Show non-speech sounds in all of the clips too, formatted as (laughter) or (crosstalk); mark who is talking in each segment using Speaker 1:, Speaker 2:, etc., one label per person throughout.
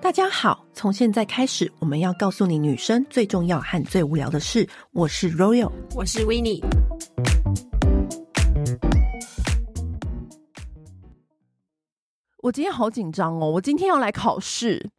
Speaker 1: 大家好，从现在开始，我们要告诉你女生最重要和最无聊的事。我是 Royal，
Speaker 2: 我是 w i n n i e
Speaker 3: 我今天好紧张哦，我今天要来考试，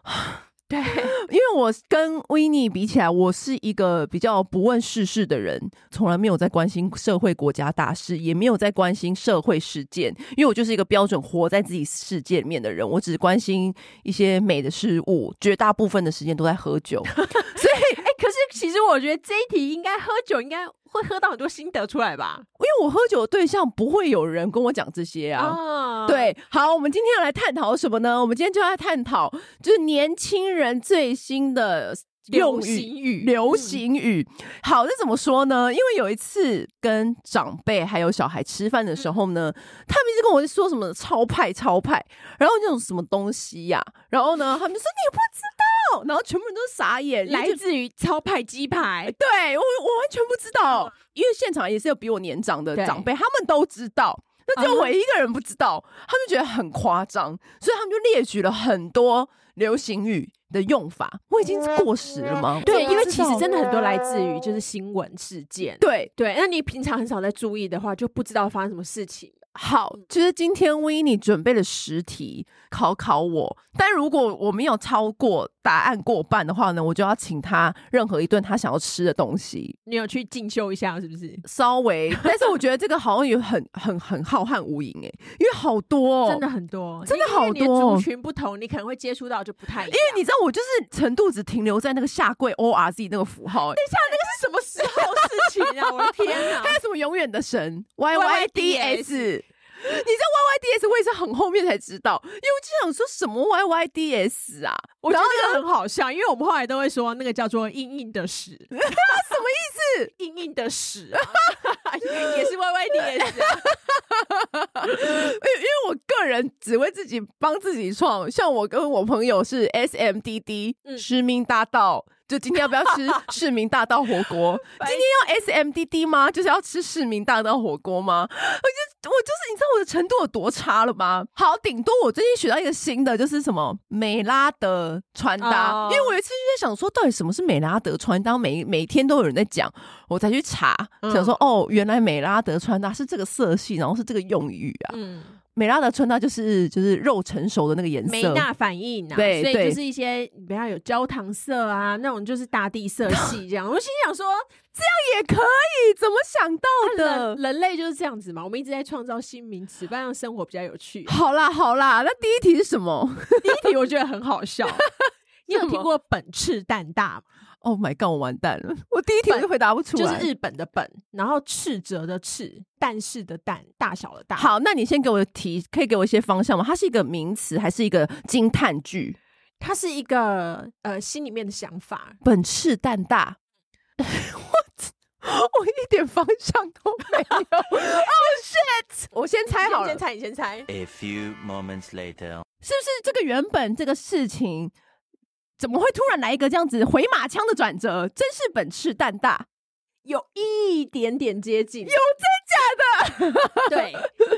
Speaker 2: 对，
Speaker 3: 因为我跟维尼比起来，我是一个比较不问世事的人，从来没有在关心社会国家大事，也没有在关心社会事件，因为我就是一个标准活在自己世界里面的人，我只关心一些美的事物，绝大部分的时间都在喝酒，
Speaker 2: 所以哎、可是其实我觉得这一题应该喝酒应该会喝到很多心得出来吧？
Speaker 3: 因为我喝酒的对象不会有人跟我讲这些啊。
Speaker 2: 啊，
Speaker 3: 对，好，我们今天要来探讨什么呢？我们今天就要来探讨，就是年轻人最新的用
Speaker 2: 流行
Speaker 3: 语、流行语。好，那怎么说呢？因为有一次跟长辈还有小孩吃饭的时候呢，
Speaker 2: 嗯
Speaker 3: 他们一直跟我说什么超派、超派，然后那种什么东西呀、然后呢，他们就说你不知道，然后全部人都傻眼，
Speaker 2: 来
Speaker 3: 就
Speaker 2: 自于超派鸡排，
Speaker 3: 对我我完全不知道，因为现场也是有比我年长的
Speaker 2: 嗯对
Speaker 3: 长辈，他们都知道，那只有
Speaker 2: 嗯哼
Speaker 3: 我一个人不知道，他们觉得很夸张，所以他们就列举了很多流行语的用法。我已经过时了吗？
Speaker 2: 对，
Speaker 3: 我
Speaker 2: 因为
Speaker 3: 不知
Speaker 2: 其
Speaker 3: 道
Speaker 2: 实真的很多来自于就是新闻事件。
Speaker 3: 对。
Speaker 2: 对，那你平常很少在注意的话，就不知道发生什么事情。
Speaker 3: 好，
Speaker 2: 嗯
Speaker 3: 就是今天威尼准备了十题考考我，但如果我没有超过答案过半的话呢，我就要请他任何一顿他想要吃的东西。
Speaker 2: 你有去进修一下是不是？
Speaker 3: 稍微， (laughs) 但是我觉得这个好像也很很很浩瀚无垠哎、因为好多、哦，
Speaker 2: 真的很多，哦
Speaker 3: 真的
Speaker 2: 因为
Speaker 3: 好
Speaker 2: 你的
Speaker 3: 多
Speaker 2: 族群不同，你可能会接触到就不太一样。
Speaker 3: 因为你知道，我就是程度只停留在那个下跪 O R Z 那个符号、 (laughs) 欸，
Speaker 2: 是什么时候事情啊？我的天 (laughs) 哪！
Speaker 3: 还有什么永远的神 (laughs) Y Y D S，你知道 Y Y D S 我也是很后面才知道，因为我就想说什么 Y Y D S 啊，
Speaker 2: 我觉得那个很好笑，因为我们后来都会说那个叫做硬硬的屎， (laughs) 什么意思？硬硬的屎、啊，也是 Y Y D (laughs) S，、啊、
Speaker 3: 因为因为我个人只会自己帮自己创，像我跟我朋友是 S M D D
Speaker 2: 嗯
Speaker 3: 市民大道，就今天要不要
Speaker 2: (laughs)
Speaker 3: 吃市民大道火锅？今天要 S M D D 吗？就是要吃市民大道火锅吗？我就我就是你知道我的程度有多差了吗？好，顶多我最近学到一个新的，就是什么美拉德穿搭，
Speaker 2: 哦
Speaker 3: 因为我有一次就在想说，到底什么是美拉德穿搭？每每天都有人在讲，我才去查，
Speaker 2: 嗯
Speaker 3: 想说哦，原来美拉德穿搭是这个色系，然后是这个用语啊。
Speaker 2: 嗯，
Speaker 3: 美拉德穿搭就是就是肉成熟的那个颜色，
Speaker 2: 梅纳反应啊，
Speaker 3: 对
Speaker 2: 所以
Speaker 3: 对
Speaker 2: 就是一些比较有焦糖色啊，那种就是大地色系这样。我心想 (laughs) 说，
Speaker 3: 也可以，怎么想到。
Speaker 2: 人？人类就是这样子嘛，我们一直在创造新名词，不然让生活比较有趣
Speaker 3: 好啦好啦，那第一题是什么
Speaker 2: (laughs)
Speaker 3: (laughs)
Speaker 2: 第一题我觉得很好 (laughs) 笑，你有听过本赤蛋大吗？
Speaker 3: ？Oh my god，我完蛋了，我第一题我就回答不出
Speaker 2: 就是
Speaker 3: 来。
Speaker 2: 日本的本，然后斥责的斥，但是的蛋，大小的大。
Speaker 3: 好，那你先给我提，可以给我一些方向吗？它是一个名词，还是一个惊叹句？
Speaker 2: 它是一个呃心里面的想法，
Speaker 3: 本赤蛋大， (laughs) 我我一点方向都没
Speaker 2: (laughs)
Speaker 3: 有。oh shit！我先猜好
Speaker 2: 你
Speaker 3: 了，
Speaker 2: 先猜，你先猜，
Speaker 4: A few moments later.
Speaker 3: 是不是这个原本这个事情，怎么会突然来一个这样子回马枪的转折？真是本事蛋大，
Speaker 2: 有一点点接近，有真假的？ (laughs) 对，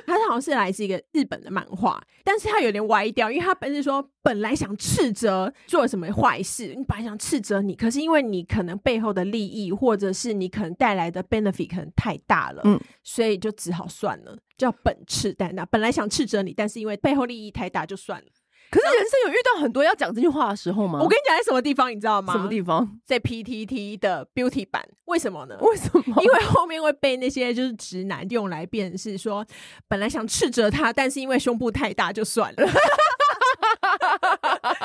Speaker 2: 它好像是来自一个日本的漫画，但是它有点歪掉，因为它本是说本来想斥责做了什么坏事，你本来想斥责你，可是因为你可能背后的利益，或者是你可能带来的 benefit 可能太大了，
Speaker 3: 嗯
Speaker 2: 所以就只好算了，叫本斥但那本来想斥责你，但是因为背后利益太大，就算了。
Speaker 3: 可是人生有遇到很多要讲这句话的时候吗？
Speaker 2: 我跟你讲，在什么地方你知道吗？
Speaker 3: 什么地方？
Speaker 2: 在 PTT 的 Beauty 版，为什么呢？
Speaker 3: 为什么？
Speaker 2: 因为后面会被那些就是直男用来辨识，说本来想斥责他，但是因为胸部太大就算了。 (laughs)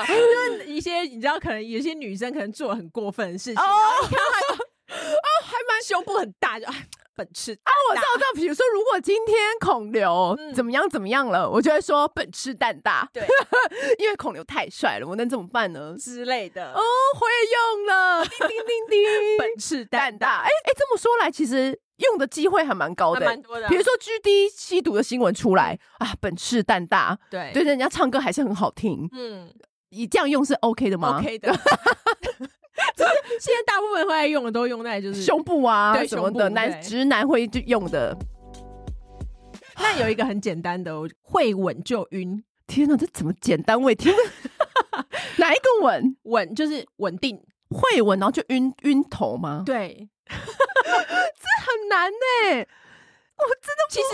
Speaker 2: 就是一些你知道，可能有些女生可能做了很过分的事情，
Speaker 3: 哦
Speaker 2: 然后你看
Speaker 3: (laughs)
Speaker 2: 她哦，还蛮胸部很大，就哎本斥啊，
Speaker 3: 我知道，我知道。比如说，如果今天孔刘
Speaker 2: 嗯
Speaker 3: 怎么样怎么样了，我就会说本吃蛋大。
Speaker 2: 对，
Speaker 3: 因为孔刘太帅了，我能怎么办呢？
Speaker 2: 之类的
Speaker 3: 哦，，会用了，叮叮叮叮，
Speaker 2: (laughs) 本斥
Speaker 3: 蛋
Speaker 2: 蛋
Speaker 3: 大。
Speaker 2: 大
Speaker 3: (laughs) 哎、哎、这么说来，其实用的机会还蛮高
Speaker 2: 还
Speaker 3: 的、欸
Speaker 2: 蛮多的啊，
Speaker 3: 比如说 G D 吸毒的新闻出来啊，本事蛋大，
Speaker 2: 对
Speaker 3: 对，人家唱歌还是很好听，
Speaker 2: 嗯
Speaker 3: 以这样用是 OK 的吗
Speaker 2: ，OK 的。 (laughs) 就是现在大部分会在用的都用在就是
Speaker 3: 胸部啊
Speaker 2: 对
Speaker 3: 什么的，
Speaker 2: 胸部
Speaker 3: 男
Speaker 2: 对
Speaker 3: 直男会就用的。
Speaker 2: 那有一个很简单的，我会吻就晕。 (laughs)
Speaker 3: 天哪，这怎么简单？我也听不哪一个吻
Speaker 2: 稳就是稳定，
Speaker 3: 会吻，然后就晕晕头吗？
Speaker 2: 对，
Speaker 3: 很难呢、我真的
Speaker 2: 其实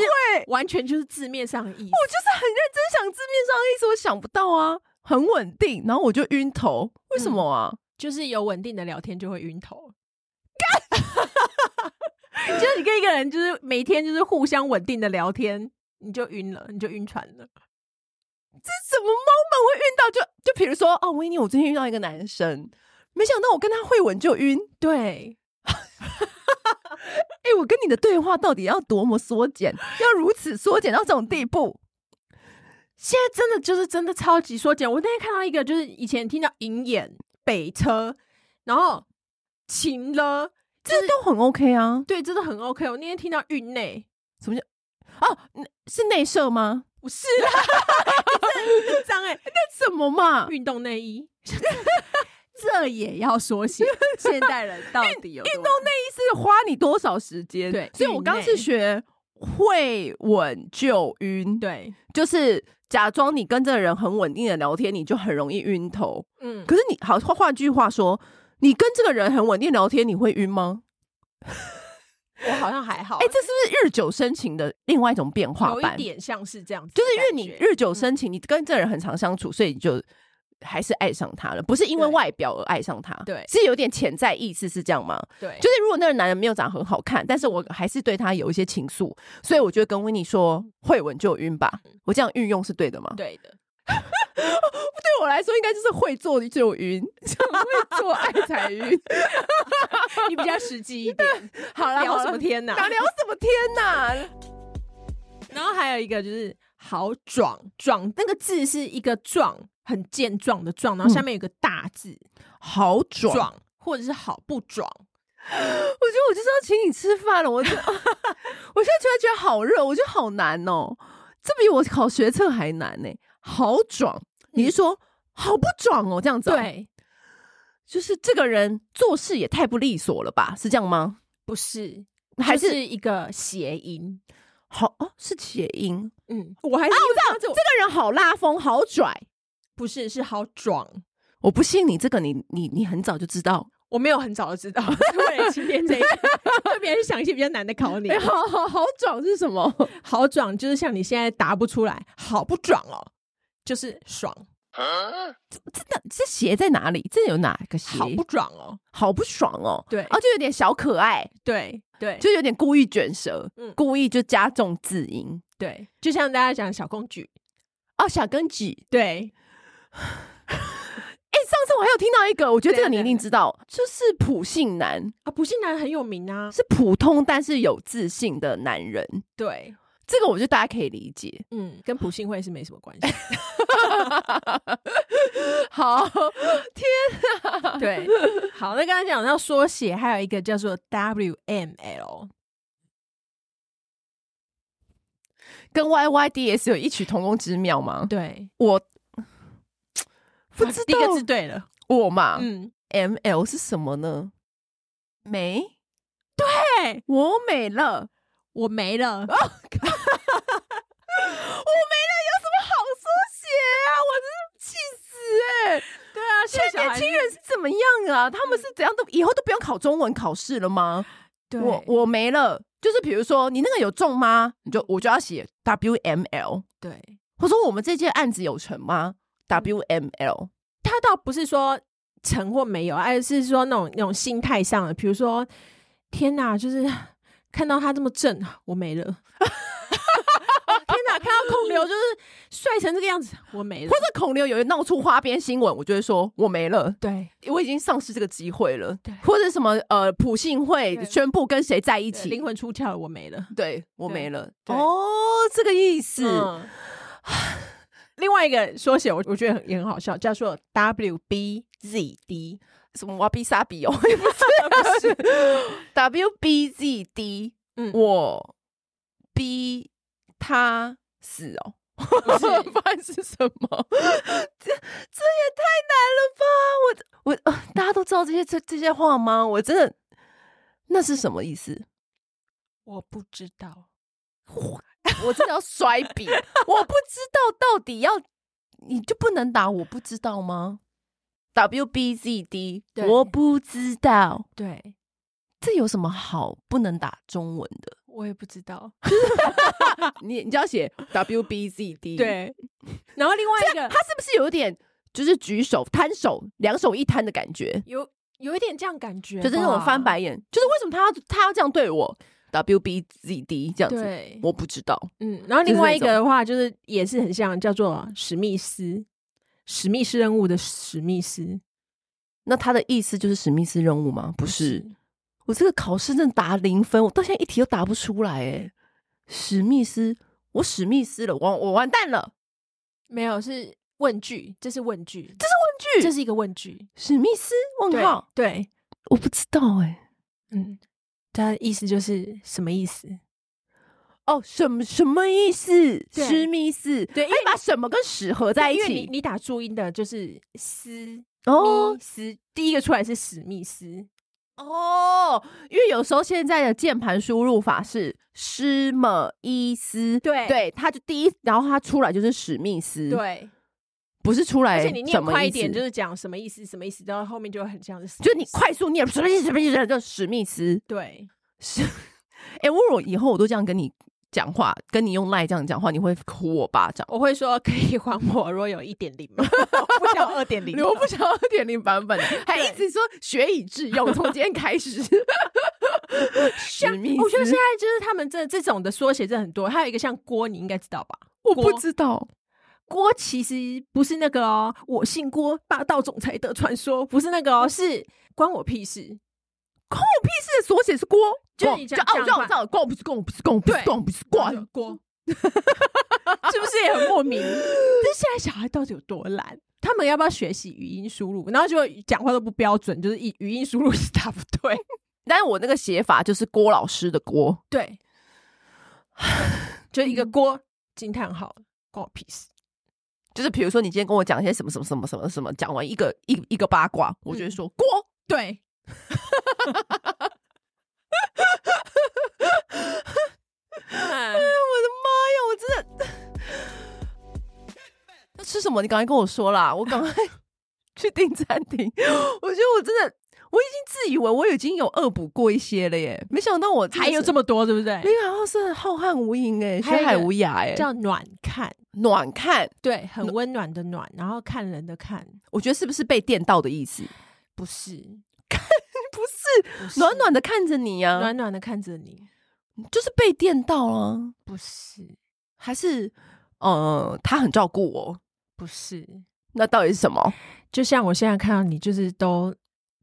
Speaker 2: 完全就是字面上的意思。
Speaker 3: 我就是很认真想字面上的意思，我想不到啊，很稳定，然后我就晕头，为什么
Speaker 2: 嗯
Speaker 3: 啊？
Speaker 2: 就是有稳定的聊天就会晕头。干， (laughs) 就是你跟一个人就是每天就是互相稳定的聊天，你就晕了，你就晕船了。
Speaker 3: 这什么 moment 会晕到就？就比如说啊，维尼，我最近遇到一个男生，没想到我跟他会吻就晕。
Speaker 2: 对，
Speaker 3: 哎、我跟你的对话到底要多么缩减，要如此缩减到这种地步？
Speaker 2: 现在真的就是真的超级缩减。我那天看到一个，就是以前听到银眼、北车，然后晴了，
Speaker 3: 这都很 OK 啊？
Speaker 2: 对，真的很 OK。我那天听到欸运内，
Speaker 3: 哦，嗯是内射吗？ (laughs)
Speaker 2: 不是啦， (laughs) 你真的很脏哎、
Speaker 3: 那什么嘛？
Speaker 2: 运动内衣，啊 (laughs) 这也要缩 (laughs) 写。现代人到底有运动内
Speaker 3: 意思是花你多少时间？
Speaker 2: 对
Speaker 3: 所以我刚是学会稳就晕，，
Speaker 2: 对，
Speaker 3: 就是假装你跟这个人很稳定的聊天，你就很容易晕头。
Speaker 2: 嗯，
Speaker 3: 可是你好，换换句话说，你跟这个人很稳定聊天，你会晕吗？
Speaker 2: 我好像还好，啊
Speaker 3: 哎、这是不是日久生情的另外一种变化
Speaker 2: 有一
Speaker 3: 版？
Speaker 2: 点像是这样子的
Speaker 3: 就
Speaker 2: 感
Speaker 3: 是因
Speaker 2: 觉，嗯
Speaker 3: 为你日久生情，你跟这个人很常相处，所以你就还是爱上他了，不是因为
Speaker 2: 对
Speaker 3: 外表而爱上他。
Speaker 2: 对
Speaker 3: 是有点潜在意思是这样吗？
Speaker 2: 对，
Speaker 3: 就是如果那个男人没有长得很好看，但是我还是对他有一些情愫，所以我就会跟温妮说，会吻就晕吧。我这样运用是对的吗？
Speaker 2: 嗯对的。
Speaker 3: 对我来说，应该就是会做就
Speaker 2: (laughs)
Speaker 3: 晕，会做爱才晕。
Speaker 2: 你比较实际一点。
Speaker 3: 好啦
Speaker 2: 聊
Speaker 3: 好啦
Speaker 2: 什么天啊呐、
Speaker 3: 哪聊什么天呐？ (laughs)
Speaker 2: 然后还有一个就是好壮壮，那个字是一个壮，很健壮的壮，然后下面有一个大字、 (laughs)
Speaker 3: 好壮！
Speaker 2: 嗯壮，或者是好不壮。
Speaker 3: 我觉得我就是要请你吃饭了。我真的我现在突然觉得好热，我觉得好难哦，这比我考学测还难呢、好壮，你是说、好不壮哦？这样子、，
Speaker 2: 对，
Speaker 3: 就是这个人做事也太不利索了吧？是这样吗？
Speaker 2: 不是，
Speaker 3: 还
Speaker 2: 就是是一个谐音。
Speaker 3: 好哦，是谐音。
Speaker 2: 嗯，我还是因为这样子，这
Speaker 3: 这个人好拉风，好拽。
Speaker 2: 不是是好壮。
Speaker 3: 我不信你这个你，你你很早就知道。
Speaker 2: 我没有很早就知道，是为了今天这一个， (laughs) 特别是想一些比较难的考你。
Speaker 3: 好好好壮是什么？
Speaker 2: 好壮就是像你现在答不出来，好不壮哦，就是爽，
Speaker 3: 真的，这鞋在哪里？这有哪个鞋？
Speaker 2: 好不壮哦。
Speaker 3: 好不爽哦。
Speaker 2: 对
Speaker 3: 哦，就有点小可爱，
Speaker 2: 对对
Speaker 3: 就有点故意卷舌，
Speaker 2: 嗯
Speaker 3: 故意就加重字音。
Speaker 2: 对，就像大家讲小公举，
Speaker 3: 哦，小根举。
Speaker 2: 对，
Speaker 3: 哎、上次我还有听到一个，我觉得这个
Speaker 2: 对
Speaker 3: 你
Speaker 2: 对
Speaker 3: 一定知道，就是普信男，
Speaker 2: 啊，不信男很有名啊，
Speaker 3: 是普通但是有自信的男人。
Speaker 2: 对，
Speaker 3: 这个我觉得大家可以理解。
Speaker 2: 嗯，跟普信会是没什么关系，
Speaker 3: (laughs) 好，
Speaker 2: (laughs) 对，好，那刚才讲到缩写，还有一个叫做 WML，
Speaker 3: 跟 YYDS 有异曲同工之妙吗？
Speaker 2: 对，
Speaker 3: 我不知
Speaker 2: (laughs) 第一个
Speaker 3: 道
Speaker 2: 字对了，
Speaker 3: 我嘛、
Speaker 2: 嗯，
Speaker 3: m l 是什么呢？美，
Speaker 2: 对
Speaker 3: 我美了，
Speaker 2: 我没了，
Speaker 3: 我美了，有什么好缩写啊？我真是气死哎、
Speaker 2: 对啊，现
Speaker 3: 现在年轻人是怎么样
Speaker 2: 嗯
Speaker 3: 啊？他们是怎样都以后都不用考中文考试了吗？
Speaker 2: 对
Speaker 3: 我我没了，就是比如说你那个有中吗？你
Speaker 2: 嗯
Speaker 3: 就我就要写 WML，
Speaker 2: 对
Speaker 3: 或者说我们这件案子有成吗？WML，
Speaker 2: 他倒不是说成或没有，而是说那种那种心态上的，比如说，天哪，就是 (laughs) 看到他这么正，我没了。 (laughs) 哦天哪，看到孔刘就是帅成这个样子，我没了
Speaker 3: 或。者孔刘有闹出花边新闻，我就会说我没了。
Speaker 2: 对，
Speaker 3: 我已经丧失这个机会了
Speaker 2: 对，
Speaker 3: 或者什么呃，普信会
Speaker 2: 对
Speaker 3: 宣布跟谁在一起，
Speaker 2: 灵魂出窍了，我没了。
Speaker 3: 对我
Speaker 2: 对
Speaker 3: 没了，
Speaker 2: 对
Speaker 3: 哦，这个意思，
Speaker 2: 嗯另外一个缩写，我我觉得很也很好笑，叫做 WBZD。
Speaker 3: 什么哇比萨比哦，也不是 (laughs) W B Z D，
Speaker 2: 嗯
Speaker 3: 我逼他死 (laughs) 哦。
Speaker 2: 不是
Speaker 3: 不然是什么？这这也太难了吧！我我、呃大家都知道这些这这些话吗？我真的那是什么意思？
Speaker 2: 我不知道，
Speaker 3: 我真的要摔笔。我不知道到底要，你就不能打我不知道吗？ WBZD，
Speaker 2: 对
Speaker 3: 我不知道
Speaker 2: (laughs) 对
Speaker 3: 这有什么好不能打中文
Speaker 2: (laughs)
Speaker 3: 的？
Speaker 2: 我也不知道。
Speaker 3: 你你就要写 WBZD，，
Speaker 2: 对，然后另外一个
Speaker 3: 他是不是有一点就是举手摊手，两手一摊的感觉？
Speaker 2: 有有一点这样感觉吧，
Speaker 3: 就是那种翻白眼，就是为什么他要他要这样对我？WBZD 这样子，
Speaker 2: 对，
Speaker 3: 我不知道。
Speaker 2: 嗯，然后
Speaker 3: 就是
Speaker 2: 另外
Speaker 3: 那
Speaker 2: 一个的话，就是也是很像，叫做史密斯，史密斯任务的史密斯，
Speaker 3: 那他的意思就是史密斯任务吗？不是，我这个考试真的打零分，我到现在一题都答不出来哎。史密斯，我史密斯了，我我完蛋了。
Speaker 2: 没有是问句，这是问句，
Speaker 3: 这
Speaker 2: 这
Speaker 3: 是
Speaker 2: 是一个问句，
Speaker 3: 史密斯问
Speaker 2: 对
Speaker 3: 号，
Speaker 2: 对，
Speaker 3: 我不知道哎。
Speaker 2: 嗯，它的意思就是什么意思？
Speaker 3: 哦，什么什么意思？
Speaker 2: 对
Speaker 3: 史密斯，
Speaker 2: 对因
Speaker 3: 他
Speaker 2: 为
Speaker 3: 把什么跟史合在一
Speaker 2: 因为你
Speaker 3: 起
Speaker 2: 你打注音的就是斯
Speaker 3: 哦
Speaker 2: 密斯，第一个出来是史密斯，
Speaker 3: 哦，因为有时候现在的键盘输入法是史么伊斯，
Speaker 2: 对
Speaker 3: 对，他就第一，然后他出来就是史密斯，，
Speaker 2: 对，
Speaker 3: 不是出来
Speaker 2: 而
Speaker 3: 哎什
Speaker 2: 且
Speaker 3: 么
Speaker 2: 你
Speaker 3: 意思，
Speaker 2: 念快一点，就是讲什么意思，什么意思，然后后面就很像是史
Speaker 3: 就是你
Speaker 2: 密斯
Speaker 3: 快速念什么意思什么意思，就史密斯
Speaker 2: 对
Speaker 3: 是。哎、欸，我如果以后我都这样跟你讲话，跟你用赖这样讲话，你会呼我巴掌。
Speaker 2: 我会说可以还我，如果有一点零吗？我不想二点零
Speaker 3: 我不想要二点零版本，还一 (laughs) 直说学以致用，从今天开 (laughs) 始。史密斯，
Speaker 2: 我觉得现在就是他们这这种的缩写真的很多，还有一个像郭，你应该知道吧？
Speaker 3: 我不
Speaker 2: 郭
Speaker 3: 知道，
Speaker 2: 郭其实不是那个哦，我姓郭，霸道总裁的传说不是那个哦，是关我屁事。
Speaker 3: 关我屁事！所写是锅，
Speaker 2: 就是
Speaker 3: 你
Speaker 2: 你
Speaker 3: 就
Speaker 2: 这
Speaker 3: 哦
Speaker 2: 样，
Speaker 3: 我知
Speaker 2: 这样
Speaker 3: 道，我知道，锅不是锅，不是锅，不是
Speaker 2: 对
Speaker 3: 锅，不是锅。
Speaker 2: (laughs) 郭，是不是也很莫名？但现在小孩到底有多懒？他们要不要学习语音输入？然后就讲话都不标准，就是语语音输入是打不对。
Speaker 3: 但是我那个写法就是郭老师的锅，
Speaker 2: 对， (sighs) 就一个郭惊叹号，关我屁事。
Speaker 3: 就是比如说你今天跟我讲一些什么什么什么什么什么，讲完一个一一个八卦，我就会说锅。
Speaker 2: (laughs) 对，哎
Speaker 3: 我的妈呀，我真的要吃什么？你赶快跟我说啦，我赶快去订餐厅。我觉得我真的，我已经自以为我已经有恶补过一些了
Speaker 2: (laughs)
Speaker 3: 耶，没想到我真的
Speaker 2: 还有
Speaker 3: 是
Speaker 2: 这么多，对不 (laughs) 对
Speaker 3: 没？想到是浩瀚无垠哎，
Speaker 2: 还有
Speaker 3: 学
Speaker 2: 一个
Speaker 3: 海无涯哎，
Speaker 2: 叫暖看，
Speaker 3: 暖看，
Speaker 2: 对，很温暖的暖，然后看人的看，
Speaker 3: 我觉得是不是被电到的意思？
Speaker 2: 不 (laughs) 是
Speaker 3: 不是，
Speaker 2: 不是
Speaker 3: 暖暖的看着你呀、
Speaker 2: 暖暖的看着你，
Speaker 3: 就是被电到啊，
Speaker 2: 不是
Speaker 3: 还是呃，他很照顾我，
Speaker 2: 不是，
Speaker 3: 那到底是什么？
Speaker 2: 就像我现在看到你，就是都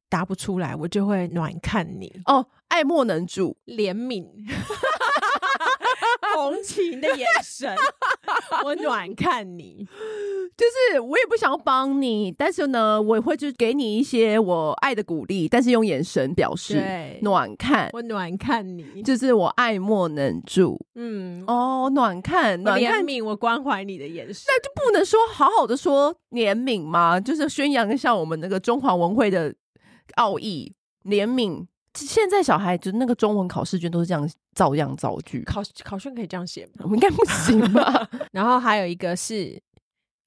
Speaker 2: 答不出来，我就会暖看你，
Speaker 3: 哦，爱莫能助，
Speaker 2: 怜 (laughs) 悯。同情的眼神，我暖看你。
Speaker 3: 就是我也不想要帮你，但是呢，我也会就给你一些我爱的鼓励，但是用眼神表示
Speaker 2: 对，
Speaker 3: 暖看，
Speaker 2: 我暖看你。
Speaker 3: 就是我爱莫能助
Speaker 2: 嗯，
Speaker 3: 哦，暖看
Speaker 2: 我
Speaker 3: 暖
Speaker 2: 怜
Speaker 3: 看。
Speaker 2: 悯，我关怀你的眼神。
Speaker 3: 那就不能说好好的说怜悯吗？就是宣扬一下我们那个中华文会的奥义，怜悯。现在小孩就那个中文考试卷都是这样照样造句， (laughs)
Speaker 2: 考考卷可以这样写吗？
Speaker 3: 我们应该不行吧？ (laughs)
Speaker 2: 然后还有一个是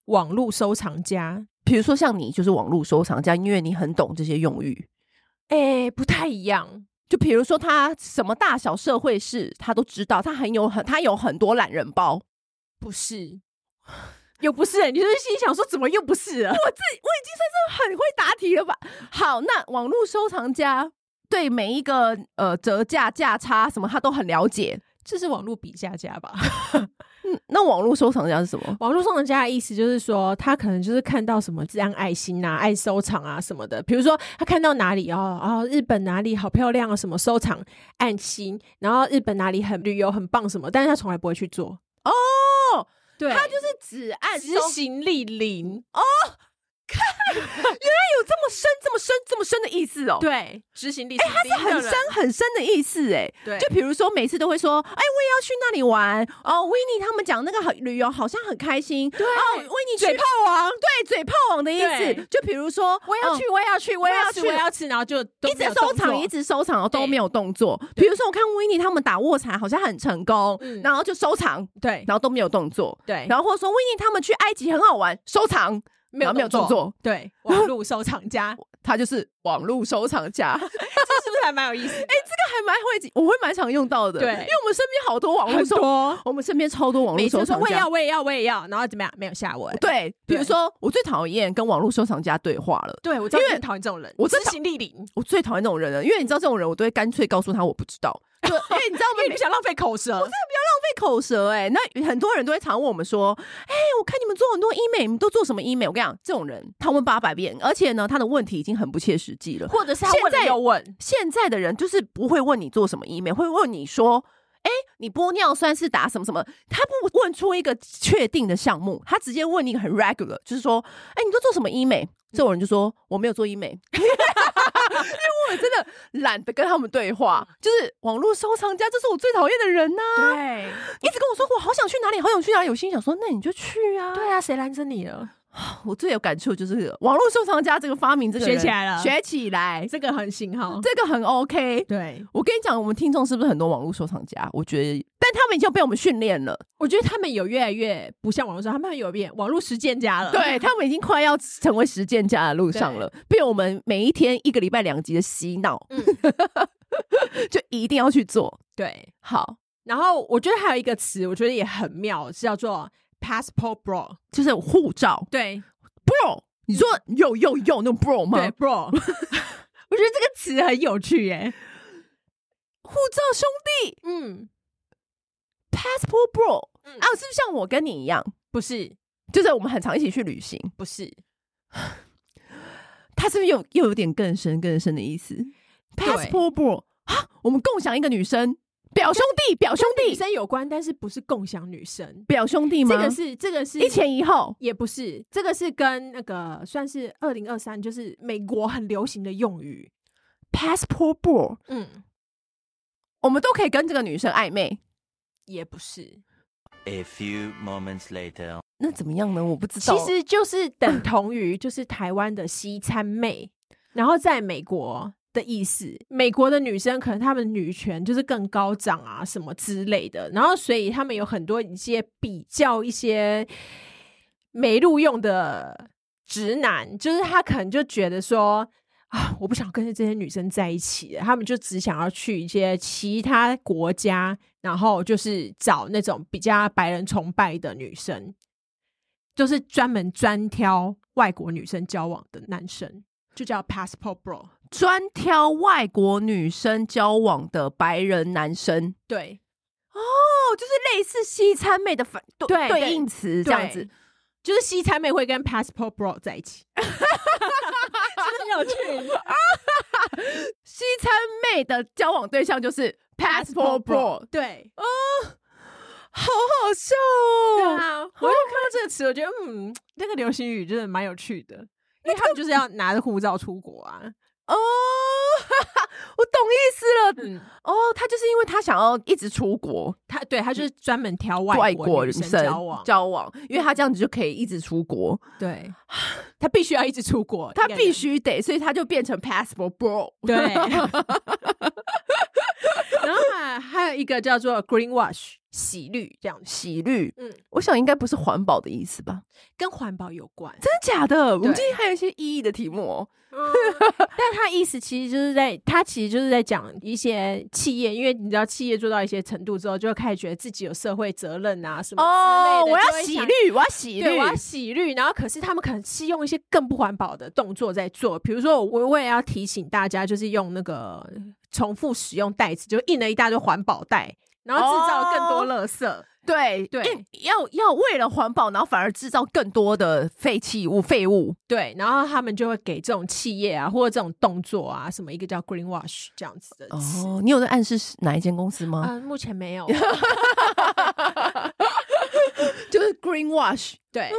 Speaker 2: 网络收藏家，
Speaker 3: 比如说像你就是网络收藏家，因为你很懂这些用语。
Speaker 2: 哎、不太一样。
Speaker 3: 就比如说他什么大小社会事，他都知道，他很有很他有很多懒人包。 (laughs) 我
Speaker 2: 不是， (laughs) 又不是、你就是心想说，怎么又不是啊？我
Speaker 3: 已经算是很会答题了吧？好，那网络收藏家对每一个呃折价价差什么他都很了解，
Speaker 2: (laughs) 这是网络比价家吧？
Speaker 3: 嗯，那网络收藏家是什么？
Speaker 2: 网络收藏家的意思就是说，他可能就是看到什么自然爱心啊、爱收藏啊什么的。比如说，他看到哪里哦，哦，日本哪里好漂亮啊，什么收藏爱心，然后日本哪里很旅游很棒什么，但是他从来不会去做。
Speaker 3: 哦，
Speaker 2: 对，
Speaker 3: 他就是只按
Speaker 2: 执
Speaker 3: 收
Speaker 2: 行力零。
Speaker 3: 有这么深、这么深、这么深的意思哦。，
Speaker 2: 对，执行力哎、他
Speaker 3: 是很深很深的意思哎。
Speaker 2: 对
Speaker 3: 就比如说每次都会说，哎，我也要去那里玩哦。维尼他们讲那个好旅游好像很开心，对哦，维尼去
Speaker 2: 嘴炮王，
Speaker 3: 对嘴炮王的意思
Speaker 2: 对。
Speaker 3: 就比如说，嗯
Speaker 2: 我要去，我也要去，我也要
Speaker 3: 我
Speaker 2: 去，
Speaker 3: 也要
Speaker 2: 我也要吃，然后就
Speaker 3: 嗯。
Speaker 2: 一
Speaker 3: 一直收藏，一直收藏，都
Speaker 2: 对
Speaker 3: 没有动作。比如说，我看维尼他们打卧蚕好像很成功，
Speaker 2: 嗯
Speaker 3: 然后就收藏，
Speaker 2: 对
Speaker 3: 然后都没有动作。
Speaker 2: 对，
Speaker 3: 然后或者说维尼他们去埃及很好玩，收藏，
Speaker 2: 没有
Speaker 3: 然后没有动作，
Speaker 2: 对，网络收藏 (laughs) 家，这
Speaker 3: 他就是网络收藏家， (laughs) 还
Speaker 2: 是不是还蛮有意思的？
Speaker 3: 蛮会，我会蛮常用到的。
Speaker 2: 对
Speaker 3: 因为我们身边好多网络
Speaker 2: 很
Speaker 3: 收，
Speaker 2: 多，
Speaker 3: 我们身边超多网络
Speaker 2: 每
Speaker 3: 收
Speaker 2: 次说
Speaker 3: 藏
Speaker 2: 我也
Speaker 3: 家
Speaker 2: 要，。我也要，我也要，然后怎么样？没有下文。
Speaker 3: 对，比如
Speaker 2: 对
Speaker 3: 说我最讨厌跟网络收藏家对话了。
Speaker 2: 对，我真的
Speaker 3: 因为
Speaker 2: 很讨厌这种人，
Speaker 3: 我
Speaker 2: 知
Speaker 3: 真讨
Speaker 2: 行力零，因
Speaker 3: 我最讨厌这种人了，因为你知道这种人，我都会干脆告诉他我不知道，就因为你知道我
Speaker 2: 为
Speaker 3: 们
Speaker 2: 你不想浪费口舌，
Speaker 3: 被口舌哎、那很多人都会常问我们说，哎、我看你们做很多医美，你们都做什么医美？我跟你讲，这种人他问八百遍，而且呢，他的问题已经很不切实际了。
Speaker 2: 或者是他
Speaker 3: 现
Speaker 2: 问了
Speaker 3: 在
Speaker 2: 又问，
Speaker 3: 现在的人就是不会问你做什么医美，会问你说。哎，你玻尿酸是打什么什么？他不问出一个确定的项目，他直接问你很 regular，就是说，哎，你都做什么医美？
Speaker 2: 嗯
Speaker 3: 这种人就说我没有做医 (laughs) 美，因为我真的懒得跟他们对话。就是网络收藏家，这是我最讨厌的人
Speaker 2: 啊
Speaker 3: 呐、
Speaker 2: 对
Speaker 3: 一直跟我说我好想去哪里，好想去哪里。我心想说，那你就去啊。
Speaker 2: 对啊，谁拦着你了？
Speaker 3: 我最有感触就是网络收藏家这个发明，这个
Speaker 2: 学
Speaker 3: 人
Speaker 2: 起来了
Speaker 3: 学起来，
Speaker 2: 这个很信号，
Speaker 3: 这个很 OK。
Speaker 2: 对，
Speaker 3: 我跟你讲，我们听众是不是很多网络收藏家？我觉得，但他们已经被我们训练了，
Speaker 2: 我觉得他们有越来越不像网络上，他们有变网络实践家了， (laughs)
Speaker 3: 对他们已经快要成为实践家的路上了，被我们每一天一个礼拜两集的洗脑，
Speaker 2: 嗯
Speaker 3: 就一定要去做。
Speaker 2: 对。
Speaker 3: 好，
Speaker 2: 然后我觉得还有一个词，我觉得也很妙，是叫做 passport bro，
Speaker 3: 就是护照
Speaker 2: 对
Speaker 3: bro，你说有有有那种 bro 吗？
Speaker 2: 嗯对 bro，我觉得这个 (laughs) 词很有趣耶、
Speaker 3: 护照兄弟
Speaker 2: 嗯，
Speaker 3: passport bro
Speaker 2: 嗯
Speaker 3: 啊，是不是像我跟你一样，
Speaker 2: 不是
Speaker 3: 就是我们很常一起去旅行？
Speaker 2: 不是
Speaker 3: 他是不是有又有点更深更深的意思
Speaker 2: 对
Speaker 3: ？passport bro 啊，我们共享一个女生，表兄弟，表兄
Speaker 2: 跟女
Speaker 3: 弟。
Speaker 2: 生有关，但是不是共享女生，
Speaker 3: 表兄弟吗？
Speaker 2: 这个是这个是
Speaker 3: 一前一后，
Speaker 2: 也不是，这个是跟那个算是二零二三，就是美国很流行的用语。
Speaker 3: passport bro，
Speaker 2: 嗯，
Speaker 3: 我们都可以跟这个女生暧昧。
Speaker 2: 也不是，
Speaker 4: A few moments later.
Speaker 3: 那怎么样呢？我不知道。
Speaker 2: 其实就是等同于就是台湾的西餐妹，然后在美国的意思，美国的女生可能她们女权就是更高涨啊什么之类的，然后所以她们有很多一些比较一些没录用的直男，就是他可能就觉得说。啊，我不想跟这些女生在一起了，他们就只想要去一些其他国家，然后就是找那种比较白人崇拜的女生，就是专门专挑外国女生交往的男生，就叫 passport bro。
Speaker 3: 专挑外国女生交往的白人男生，
Speaker 2: 对
Speaker 3: 哦，就是类似西餐妹的反对
Speaker 2: 对
Speaker 3: 对应词这样子
Speaker 2: 对。就是西餐妹会跟 passport bro 在一起，是不是很有趣？
Speaker 3: 西餐妹的交往对象就是 passport bro，
Speaker 2: 对，
Speaker 3: 好好笑
Speaker 2: 对
Speaker 3: 哦。
Speaker 2: 啊，我就看到这个词，我觉得嗯，那个流行语真的蛮有趣的，因为他们就是要拿着护照出国啊。
Speaker 3: 哦， (laughs) 哈哈，我懂意思了。
Speaker 2: (laughs) 嗯，
Speaker 3: 哦，他就是因为他想要一直出国，
Speaker 2: 他对他就是专门挑
Speaker 3: 外
Speaker 2: 外
Speaker 3: 国
Speaker 2: 国
Speaker 3: 人
Speaker 2: 女
Speaker 3: 生
Speaker 2: 生交往，
Speaker 3: 交往，因为他这样子就可以一直出国，
Speaker 2: 对，他必须要一直出国，
Speaker 3: 他
Speaker 2: 一个人
Speaker 3: 必须得，所以他就变成 passport bro。
Speaker 2: (laughs) 对，然后还还有一个叫做 greenwash 洗绿这样子，
Speaker 3: 洗绿，
Speaker 2: 嗯，
Speaker 3: 我想应该不是环保的意思吧？
Speaker 2: 跟环保有关。
Speaker 3: 真的假的？我们
Speaker 2: 对
Speaker 3: 今天还有一些意义的题目哦。
Speaker 2: 嗯 (laughs) 但他意思其实就是在，他其实就是在讲一些企业，因为你知道企业做到一些程度之后，就会开始觉得自己有社会责任啊什么
Speaker 3: 哦，
Speaker 2: 之类的
Speaker 3: 我
Speaker 2: 就
Speaker 3: 要
Speaker 2: 会
Speaker 3: 洗
Speaker 2: 想
Speaker 3: 绿，我要洗
Speaker 2: 对，
Speaker 3: 绿
Speaker 2: 我，要洗绿，然后可是他们可能是用一些更不环保的动作在做，比如说我我也要提醒大家，就是用那个重复使用袋子，就印了一大堆环保袋，然后制造了更多垃圾。
Speaker 3: 对
Speaker 2: 对
Speaker 3: 因要要为了环保，然后反而制造更多的废弃物、废物。
Speaker 2: 对，然后他们就会给这种企业啊，或者这种动作啊，什么一个叫 greenwash 这样子的词。
Speaker 3: 哦，你有在暗示是哪一间公司吗？
Speaker 2: 嗯，目前 (laughs) 没有。呃
Speaker 3: 就是 greenwash。
Speaker 2: 对，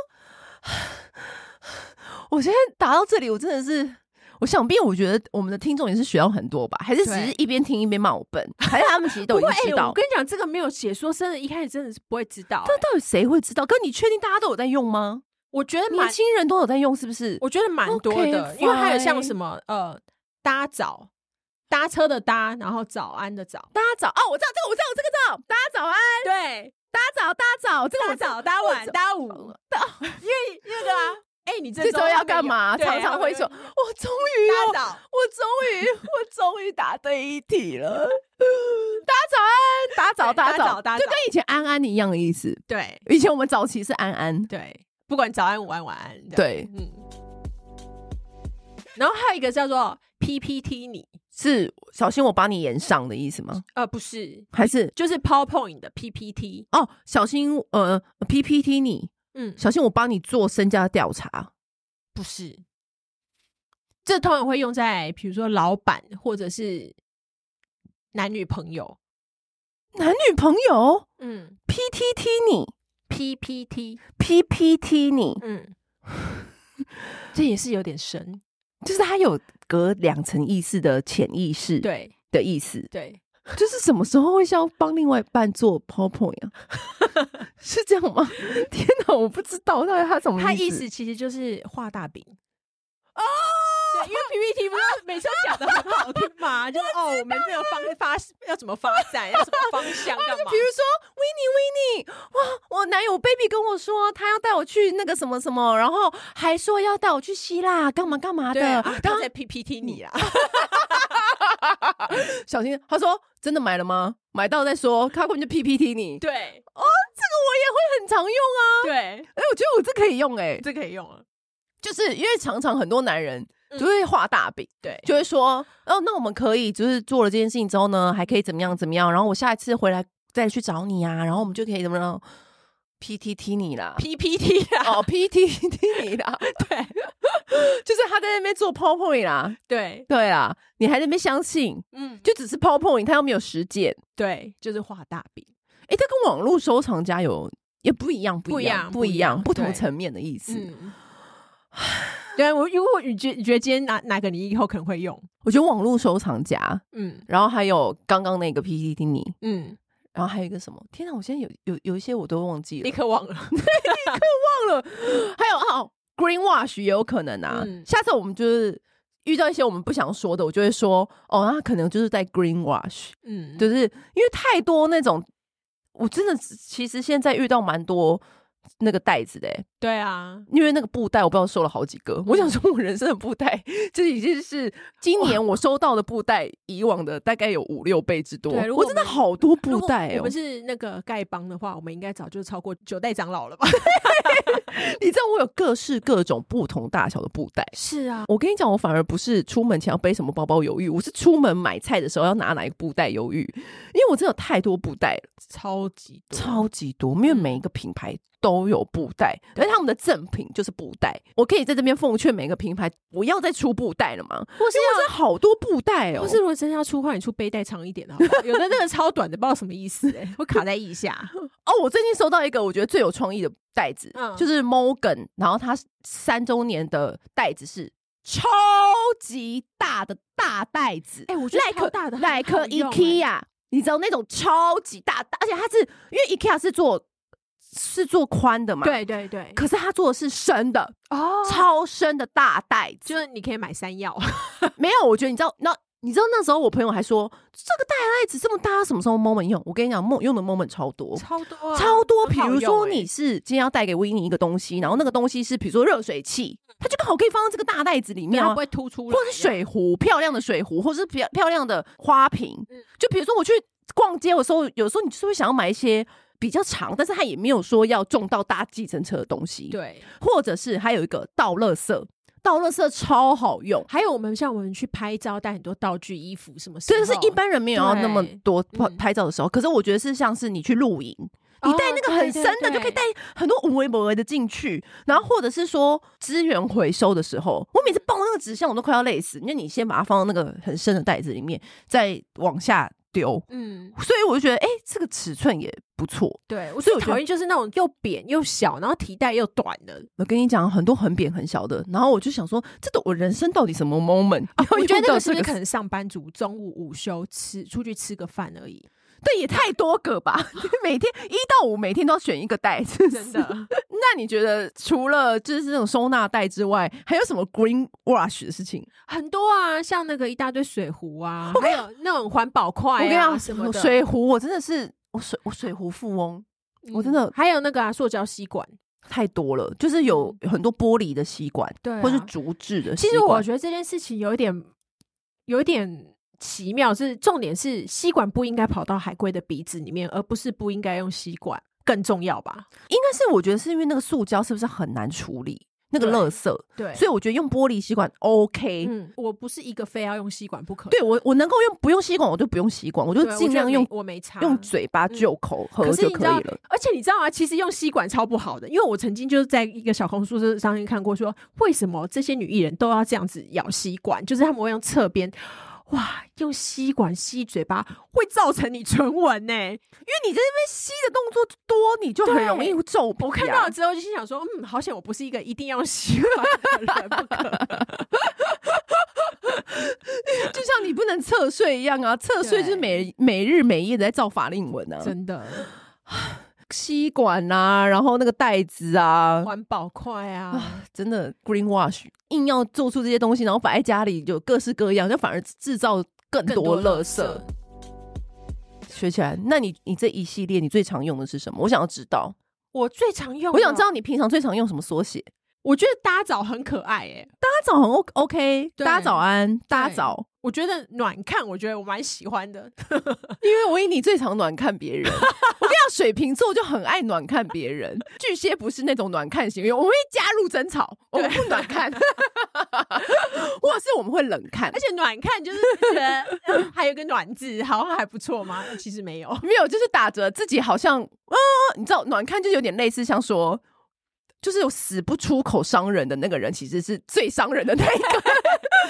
Speaker 3: (sighs) 我现在打到这里，我真的是，我想必我觉得我们的听众也是学到很多吧，还是只是
Speaker 2: 对
Speaker 3: 一边听一边骂我
Speaker 2: (laughs)
Speaker 3: 笨，还是他们其实都
Speaker 2: 不
Speaker 3: 已经
Speaker 2: 过
Speaker 3: 知
Speaker 2: 哎、
Speaker 3: 道
Speaker 2: 我？跟你讲，这个没有写，说真的，一开始真的是不会知道、
Speaker 3: 那
Speaker 2: 哎
Speaker 3: 到底谁会知道？哥，你确定大家都有在用吗？
Speaker 2: 我觉得蛮
Speaker 3: 年，轻人都有在用，是不是？
Speaker 2: 我觉得蛮多的
Speaker 3: OK，
Speaker 2: 因为还有像
Speaker 3: fine
Speaker 2: 什么呃，搭早搭车的搭，然后早安的早，
Speaker 3: 大家早哦，我知道这个，我知道，我这个知道。大家早安，
Speaker 2: 对，
Speaker 3: 大家早，大家早，这个
Speaker 2: 大
Speaker 3: 我知道。
Speaker 2: 早搭晚搭午，
Speaker 3: 大
Speaker 2: 到，因为那个啊，哎、
Speaker 3: (laughs)
Speaker 2: 你这
Speaker 3: 这周
Speaker 2: 周
Speaker 3: 要干嘛？
Speaker 2: 对
Speaker 3: 常常会说，
Speaker 2: 他
Speaker 3: 我终于
Speaker 2: 会
Speaker 3: 哦
Speaker 2: 搭倒，
Speaker 3: 我终于，我终于答对一题了。大家早安，打
Speaker 2: 对
Speaker 3: 早，
Speaker 2: 打早打
Speaker 3: 就
Speaker 2: 早
Speaker 3: 跟以前安安一样的意思。
Speaker 2: 对
Speaker 3: 以前我们早期是安安，
Speaker 2: 对，不管早安、午安、晚安，
Speaker 3: 对，
Speaker 2: 嗯。然后还有一个叫做 PPT 你，
Speaker 3: 是小心我把你延上的意思吗？
Speaker 2: 呃，不是，
Speaker 3: 还是
Speaker 2: 就是 PowerPoint 的 PPT，
Speaker 3: 哦，小心呃 PPT 你，
Speaker 2: 嗯，
Speaker 3: 小心我帮你做身家调查。
Speaker 2: 不是。这通常会用在比如说老板或者是男女朋友，
Speaker 3: 男女朋友
Speaker 2: 嗯
Speaker 3: PTT 你
Speaker 2: ，PPT，
Speaker 3: PPT 你，
Speaker 2: (laughs) 嗯，这也是有点神，
Speaker 3: 就是它有隔两层意思的潜意识
Speaker 2: 对
Speaker 3: 的意思。
Speaker 2: 对，
Speaker 3: 就是什么时候会要帮另外一半做 PowerPoint 啊？ (laughs) 是这样吗？
Speaker 2: (laughs)
Speaker 3: 天哪，我不知道到底他什么
Speaker 2: 他
Speaker 3: 意
Speaker 2: 意
Speaker 3: 思。
Speaker 2: 思其实就是画大饼哦，对，因为 PPT 不 (laughs) 是每次都讲的很好听 (laughs) 嘛，就是哦，我们这个方发要怎么发展，要什么方 (laughs) 向干嘛
Speaker 3: 比？如说 w i n n i e w i n n i 哇，我男友 baby 跟我说他要带我去那个什么什么，然后还说要带我去希腊干嘛干嘛
Speaker 2: 对，
Speaker 3: 的。
Speaker 2: 啊
Speaker 3: 然
Speaker 2: 他
Speaker 3: 后
Speaker 2: 在 PPT 你啦，
Speaker 3: 小心，他说真的买了吗？买到再说，他根本就 PPT 你。
Speaker 2: (laughs) 对
Speaker 3: 这个我也会很常用啊。
Speaker 2: 对，
Speaker 3: 哎、我觉得我这可以用哎、
Speaker 2: 这可以用了，
Speaker 3: 就是因为常常很多男人
Speaker 2: 嗯
Speaker 3: 就会画大饼。
Speaker 2: 对，
Speaker 3: 就会说，哦，那我们可以就是做了这件事情之后呢，还可以怎么样怎么样，然后我下一次回来再去找你啊，然后我们就可以怎么样，PTT 你啦，
Speaker 2: PPT 啦，
Speaker 3: 哦，PTT 你啦， (laughs)
Speaker 2: 对
Speaker 3: 就是他在那边做 PowerPoint 啦，
Speaker 2: (laughs) 对，
Speaker 3: 对啦，你还在那边相信，
Speaker 2: 嗯，
Speaker 3: 就只是 PowerPoint，他又没有实践，
Speaker 2: 对，就是画大饼，
Speaker 3: 诶，这跟网络收藏家有也不一样，不一样，
Speaker 2: 不
Speaker 3: 不
Speaker 2: 一
Speaker 3: 一
Speaker 2: 样
Speaker 3: 样，不
Speaker 2: 对
Speaker 3: 同层面的意思。
Speaker 2: 嗯，对我如果你觉你觉得今天哪哪个你以后可能会用，
Speaker 3: 我觉得网络收藏家，
Speaker 2: 嗯
Speaker 3: 然后还有刚刚那个 PTT 你，
Speaker 2: 嗯，
Speaker 3: 然后还有一个什么？天哪，我现在有有有一些我都忘记了
Speaker 2: 立。刻忘了，
Speaker 3: 还有哦，green wash 也有可能啊。
Speaker 2: 嗯
Speaker 3: 下次我们就是遇到一些我们不想说的，我就会说哦，那可能就是在 green wash，
Speaker 2: 嗯，
Speaker 3: 就是因为太多那种，我真的其实现在遇到蛮多。那个袋子的欸、
Speaker 2: 对啊，
Speaker 3: 因为那个布袋我不知道收了好几个。我
Speaker 2: 嗯
Speaker 3: 想说，我人生的布袋，这已经是今年我收到的布袋，以往的大概有五六倍之多。
Speaker 2: 对如果
Speaker 3: 我真的
Speaker 2: 我们
Speaker 3: 好多
Speaker 2: 如
Speaker 3: 布
Speaker 2: 果
Speaker 3: 袋
Speaker 2: 我
Speaker 3: 哦、
Speaker 2: 们是那个丐帮的话，我们应该早就超过九代长老了吧？ (laughs)
Speaker 3: 你知道我有各式各种不同大小的布袋，
Speaker 2: 是啊，
Speaker 3: 我跟你讲，我反而不是出门前要背什么包包犹豫，我是出门买菜的时候要拿哪一个布袋犹豫，因为我真的有太多布袋了，
Speaker 2: 超级多，
Speaker 3: 超级多，因为每一个品牌都有布袋，而他们的赠品就是布袋。我可以在这边奉劝每个品牌不要再出布袋了嘛，
Speaker 2: 或是
Speaker 3: 因为我真的好多布袋哦、
Speaker 2: 啊或是如果真的要出的话，你出背带长一点的好不好，有的那个超短的，不知道什么意思、
Speaker 3: (laughs)
Speaker 2: 欸，会卡在腋下。
Speaker 3: 哦，我最近收到一个我觉得最有创意的袋子，
Speaker 2: 嗯
Speaker 3: 就是 Morgan，然后它三周年的袋子是超级大的大袋子，
Speaker 2: 哎我觉得
Speaker 3: 耐克
Speaker 2: 超大的很
Speaker 3: 耐克
Speaker 2: 好用欸
Speaker 3: IKEA，你知道那种超级大大，而且它是因为 IKEA 是做是做宽的嘛，，
Speaker 2: 对对对，
Speaker 3: 可是它做的是深的，
Speaker 2: 哦
Speaker 3: 超哦深的大袋子，
Speaker 2: 就是你可以买山药， (laughs)
Speaker 3: 没有，我觉得你知道，那你知道那时候我朋友还说这个大袋子这么大，什么时候 moment 用？我跟你讲，梦用的 moment 超多，
Speaker 2: 超多啊、
Speaker 3: 超多，
Speaker 2: 很
Speaker 3: 比
Speaker 2: 好
Speaker 3: 如
Speaker 2: 用
Speaker 3: 说
Speaker 2: 欸
Speaker 3: 你是今天要带给维尼一个东西，然后那个东西是比如说热水器，它就刚好可以放到这个大袋子里
Speaker 2: 嗯对
Speaker 3: 面
Speaker 2: 它
Speaker 3: 啊
Speaker 2: 不，会突出来，
Speaker 3: 或是水壶，漂亮的水壶，或是漂漂亮的花瓶。
Speaker 2: 嗯
Speaker 3: 就比如说我去逛街的时候，有时候你就是会想要买一些比较长，但是它也没有说要重到搭计程车的东西，，
Speaker 2: 对。
Speaker 3: 或者是还有一个倒垃圾，倒垃圾超好用。
Speaker 2: 还有我们像我们去拍照，带很多道具、衣服什么，
Speaker 3: 虽然是一般人没有要那么
Speaker 2: 哦对
Speaker 3: 多
Speaker 2: 嗯
Speaker 3: 拍拍照的时候，可是我觉得是像是你去露营，
Speaker 2: 哦
Speaker 3: 你带那个很深的
Speaker 2: 对对
Speaker 3: 就可以带很多无为不为的进去，然后或者是说资源回收的时候，我每次抱那个纸箱我都快要累死，那你先把它放到那个很深的袋子里面，再往下丢，
Speaker 2: 嗯，
Speaker 3: 所以我就觉得哎、这个尺寸也不错。
Speaker 2: 对，
Speaker 3: 所
Speaker 2: 我
Speaker 3: 以
Speaker 2: 最
Speaker 3: 我觉
Speaker 2: 讨
Speaker 3: 得
Speaker 2: 厌就是那种又扁又小，然后提带又短的。
Speaker 3: 我跟你讲，很多很扁很小的，然后我就想说，这个我人生到底什么 moment？、
Speaker 2: 哦我觉得那
Speaker 3: 这
Speaker 2: 个是不是可
Speaker 3: 时
Speaker 2: 能上班族中午午休吃出去吃个饭而已？
Speaker 3: 对也太多个吧？每天一到五每天都要选一个袋子，
Speaker 2: (laughs) 真的，
Speaker 3: 那你觉得除了就是这种收纳袋之外，还有什么 green wash 的事情？
Speaker 2: (laughs) 很多啊，像那个一大堆水壶啊，还有那种环保
Speaker 3: 我
Speaker 2: 筷、啊，
Speaker 3: 跟你讲，
Speaker 2: 什么的，
Speaker 3: 水壶我真的是我水我水壶富翁，
Speaker 2: 嗯
Speaker 3: 我真的
Speaker 2: 还有那个啊，塑胶吸管，
Speaker 3: 太多了，就是有很多玻璃的吸管，
Speaker 2: 嗯对啊
Speaker 3: 或是竹制的吸管。
Speaker 2: 其实我觉得这件事情有一点，有一点奇妙，是重点是吸管不应该跑到海龟的鼻子里面，而不是不应该用吸管，更重要吧？
Speaker 3: 应该是，我觉得是因为那个塑胶是不是很难处理那个
Speaker 2: 对
Speaker 3: 垃圾，
Speaker 2: 对
Speaker 3: 所以
Speaker 2: 所
Speaker 3: 我觉得用玻璃吸管 OK。
Speaker 2: 以嗯，我不是一个非要用吸管不可，
Speaker 3: 对我，我能够用不用吸管，我就不用吸管，我就
Speaker 2: 对啊
Speaker 3: 尽量用
Speaker 2: 我觉得没我没擦嗯
Speaker 3: 用。嘴巴就口喝
Speaker 2: 可是
Speaker 3: 就
Speaker 2: 你知
Speaker 3: 可
Speaker 2: 道
Speaker 3: 以了。，
Speaker 2: 而且你知道啊吗？其实用吸管超不好的，因为我曾经就是在一个小红书上面看过说为什么这些女艺人都要这样子咬吸管，就是她们会用侧边，哇，用吸管吸嘴巴会造成你唇纹呢、
Speaker 3: 因为你在那边吸的动作多，你就很容易皱皮啊、
Speaker 2: 我看到了之后就心想说，嗯，好险我不是一个一定要喜欢的人，不
Speaker 3: (laughs)
Speaker 2: 可。
Speaker 3: 就像你不能侧睡一样啊，
Speaker 2: (laughs)
Speaker 3: 侧睡就是每每日每夜的在造法令纹啊，
Speaker 2: 真的，
Speaker 3: 吸管啊，然后那个袋子啊，
Speaker 2: (laughs) 环保快啊！
Speaker 3: 真的 green wash 硬要做出这些东西，然后摆在家里就各式各样，就反而制造更多垃圾。学起来，那你你这一系列你最常用的是什么？我想要知道，
Speaker 2: 我最常用，
Speaker 3: 我想知，道你平常最常用什么缩写。
Speaker 2: 我觉得搭早很可爱哎、
Speaker 3: 大家早很 O OK，
Speaker 2: 对
Speaker 3: 大家早安，大家早，
Speaker 2: 我觉得暖看，我觉得我蛮喜欢的。
Speaker 3: 因为我以你最常暖看别 (laughs) 人。我跟你讲，水瓶座就很爱暖看别人，巨蟹不是那种暖看型，我们会加入争吵，我们不暖看， (laughs) 或者是我们会冷看
Speaker 2: 而。且暖看就是觉得、嗯还有一个暖字，好像还不错嘛。其实没有，
Speaker 3: 没有，就是打着自己好像，啊，你知道，暖看就有点类似像说，就是有死不出口伤人的那个人，其实是最伤人的那一
Speaker 2: (laughs)
Speaker 3: 个。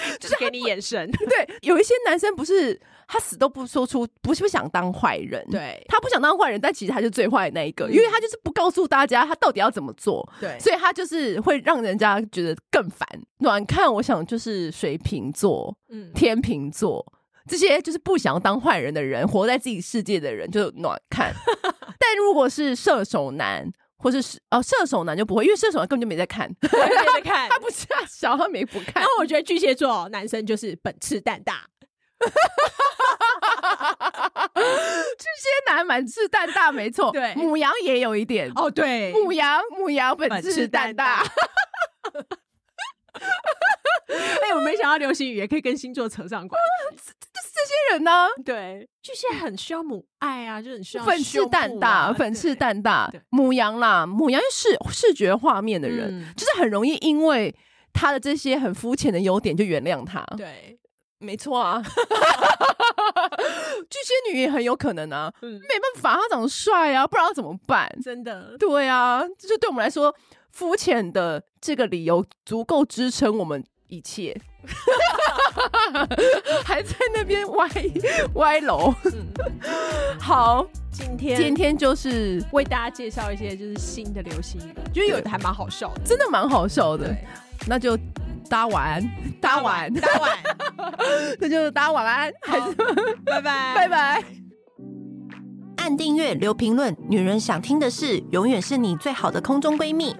Speaker 2: (laughs) 就是给你眼神。
Speaker 3: 对，有一些男生不是他死都不说出，不是不想当坏人，，
Speaker 2: (laughs) 对嗯
Speaker 3: 他不想当坏人，但其实他是最坏的那一个，因为他就是不告诉大家他到底要怎么做，
Speaker 2: 对，
Speaker 3: 所以他就是会让人家觉得更烦。暖看，我想就是水瓶座、
Speaker 2: (laughs) 嗯，
Speaker 3: 天秤座这些就是不想当坏人的人，活在自己世界的人，就暖
Speaker 2: (laughs)
Speaker 3: 看。但如果是射手男，或是是哦射手男就不会，因为射手男根本就没在看，
Speaker 2: 我也在 (laughs) 看
Speaker 3: 他。不是他小，他没不看
Speaker 2: 然。后我觉得巨蟹座哦男生就是本翅蛋大，
Speaker 3: 巨蟹男满翅蛋大，没错，
Speaker 2: 对
Speaker 3: 母羊也有一点，
Speaker 2: 哦，对
Speaker 3: 母羊母羊本
Speaker 2: 本
Speaker 3: 翅
Speaker 2: 翅
Speaker 3: 蛋
Speaker 2: 蛋
Speaker 3: 大
Speaker 2: 大。哎、我没想到流行语也可以跟星座扯上关系。
Speaker 3: 这些人呢，
Speaker 2: (laughs) 对，巨蟹很需要母爱啊，就很需要
Speaker 3: 粉翅蛋大，粉翅蛋大
Speaker 2: 啊对，嗯
Speaker 3: 母羊啦，母羊是视觉画面的
Speaker 2: 的
Speaker 3: 人，就是很容易因为他的这些很肤浅的优点就原谅
Speaker 2: 嗯
Speaker 3: 他。
Speaker 2: 对，
Speaker 3: 没错啊， (laughs) 巨蟹女也很有可能啊，
Speaker 2: 嗯，
Speaker 3: 没办法，他长得帅啊，不然要怎么办？
Speaker 2: 真的，
Speaker 3: 对啊，这就对我们来说，肤浅的这个理由足够支撑我们一切。 (laughs) 还在那边歪 (laughs) 歪楼，
Speaker 2: (laughs)
Speaker 3: 好，
Speaker 2: 嗯今天
Speaker 3: 今天就是
Speaker 2: 为大家介绍一些就是新的流行语，觉得有的还蛮好笑的。
Speaker 3: 真的蛮好笑的，那就大家晚安，大家晚安， (laughs)
Speaker 2: 大家 (laughs) 晚，
Speaker 3: 那就大家晚安，还是
Speaker 2: (laughs) 拜拜，
Speaker 3: 拜。拜。
Speaker 1: 按订阅，留评论，女人想听的事，永远是你最好的空中闺蜜。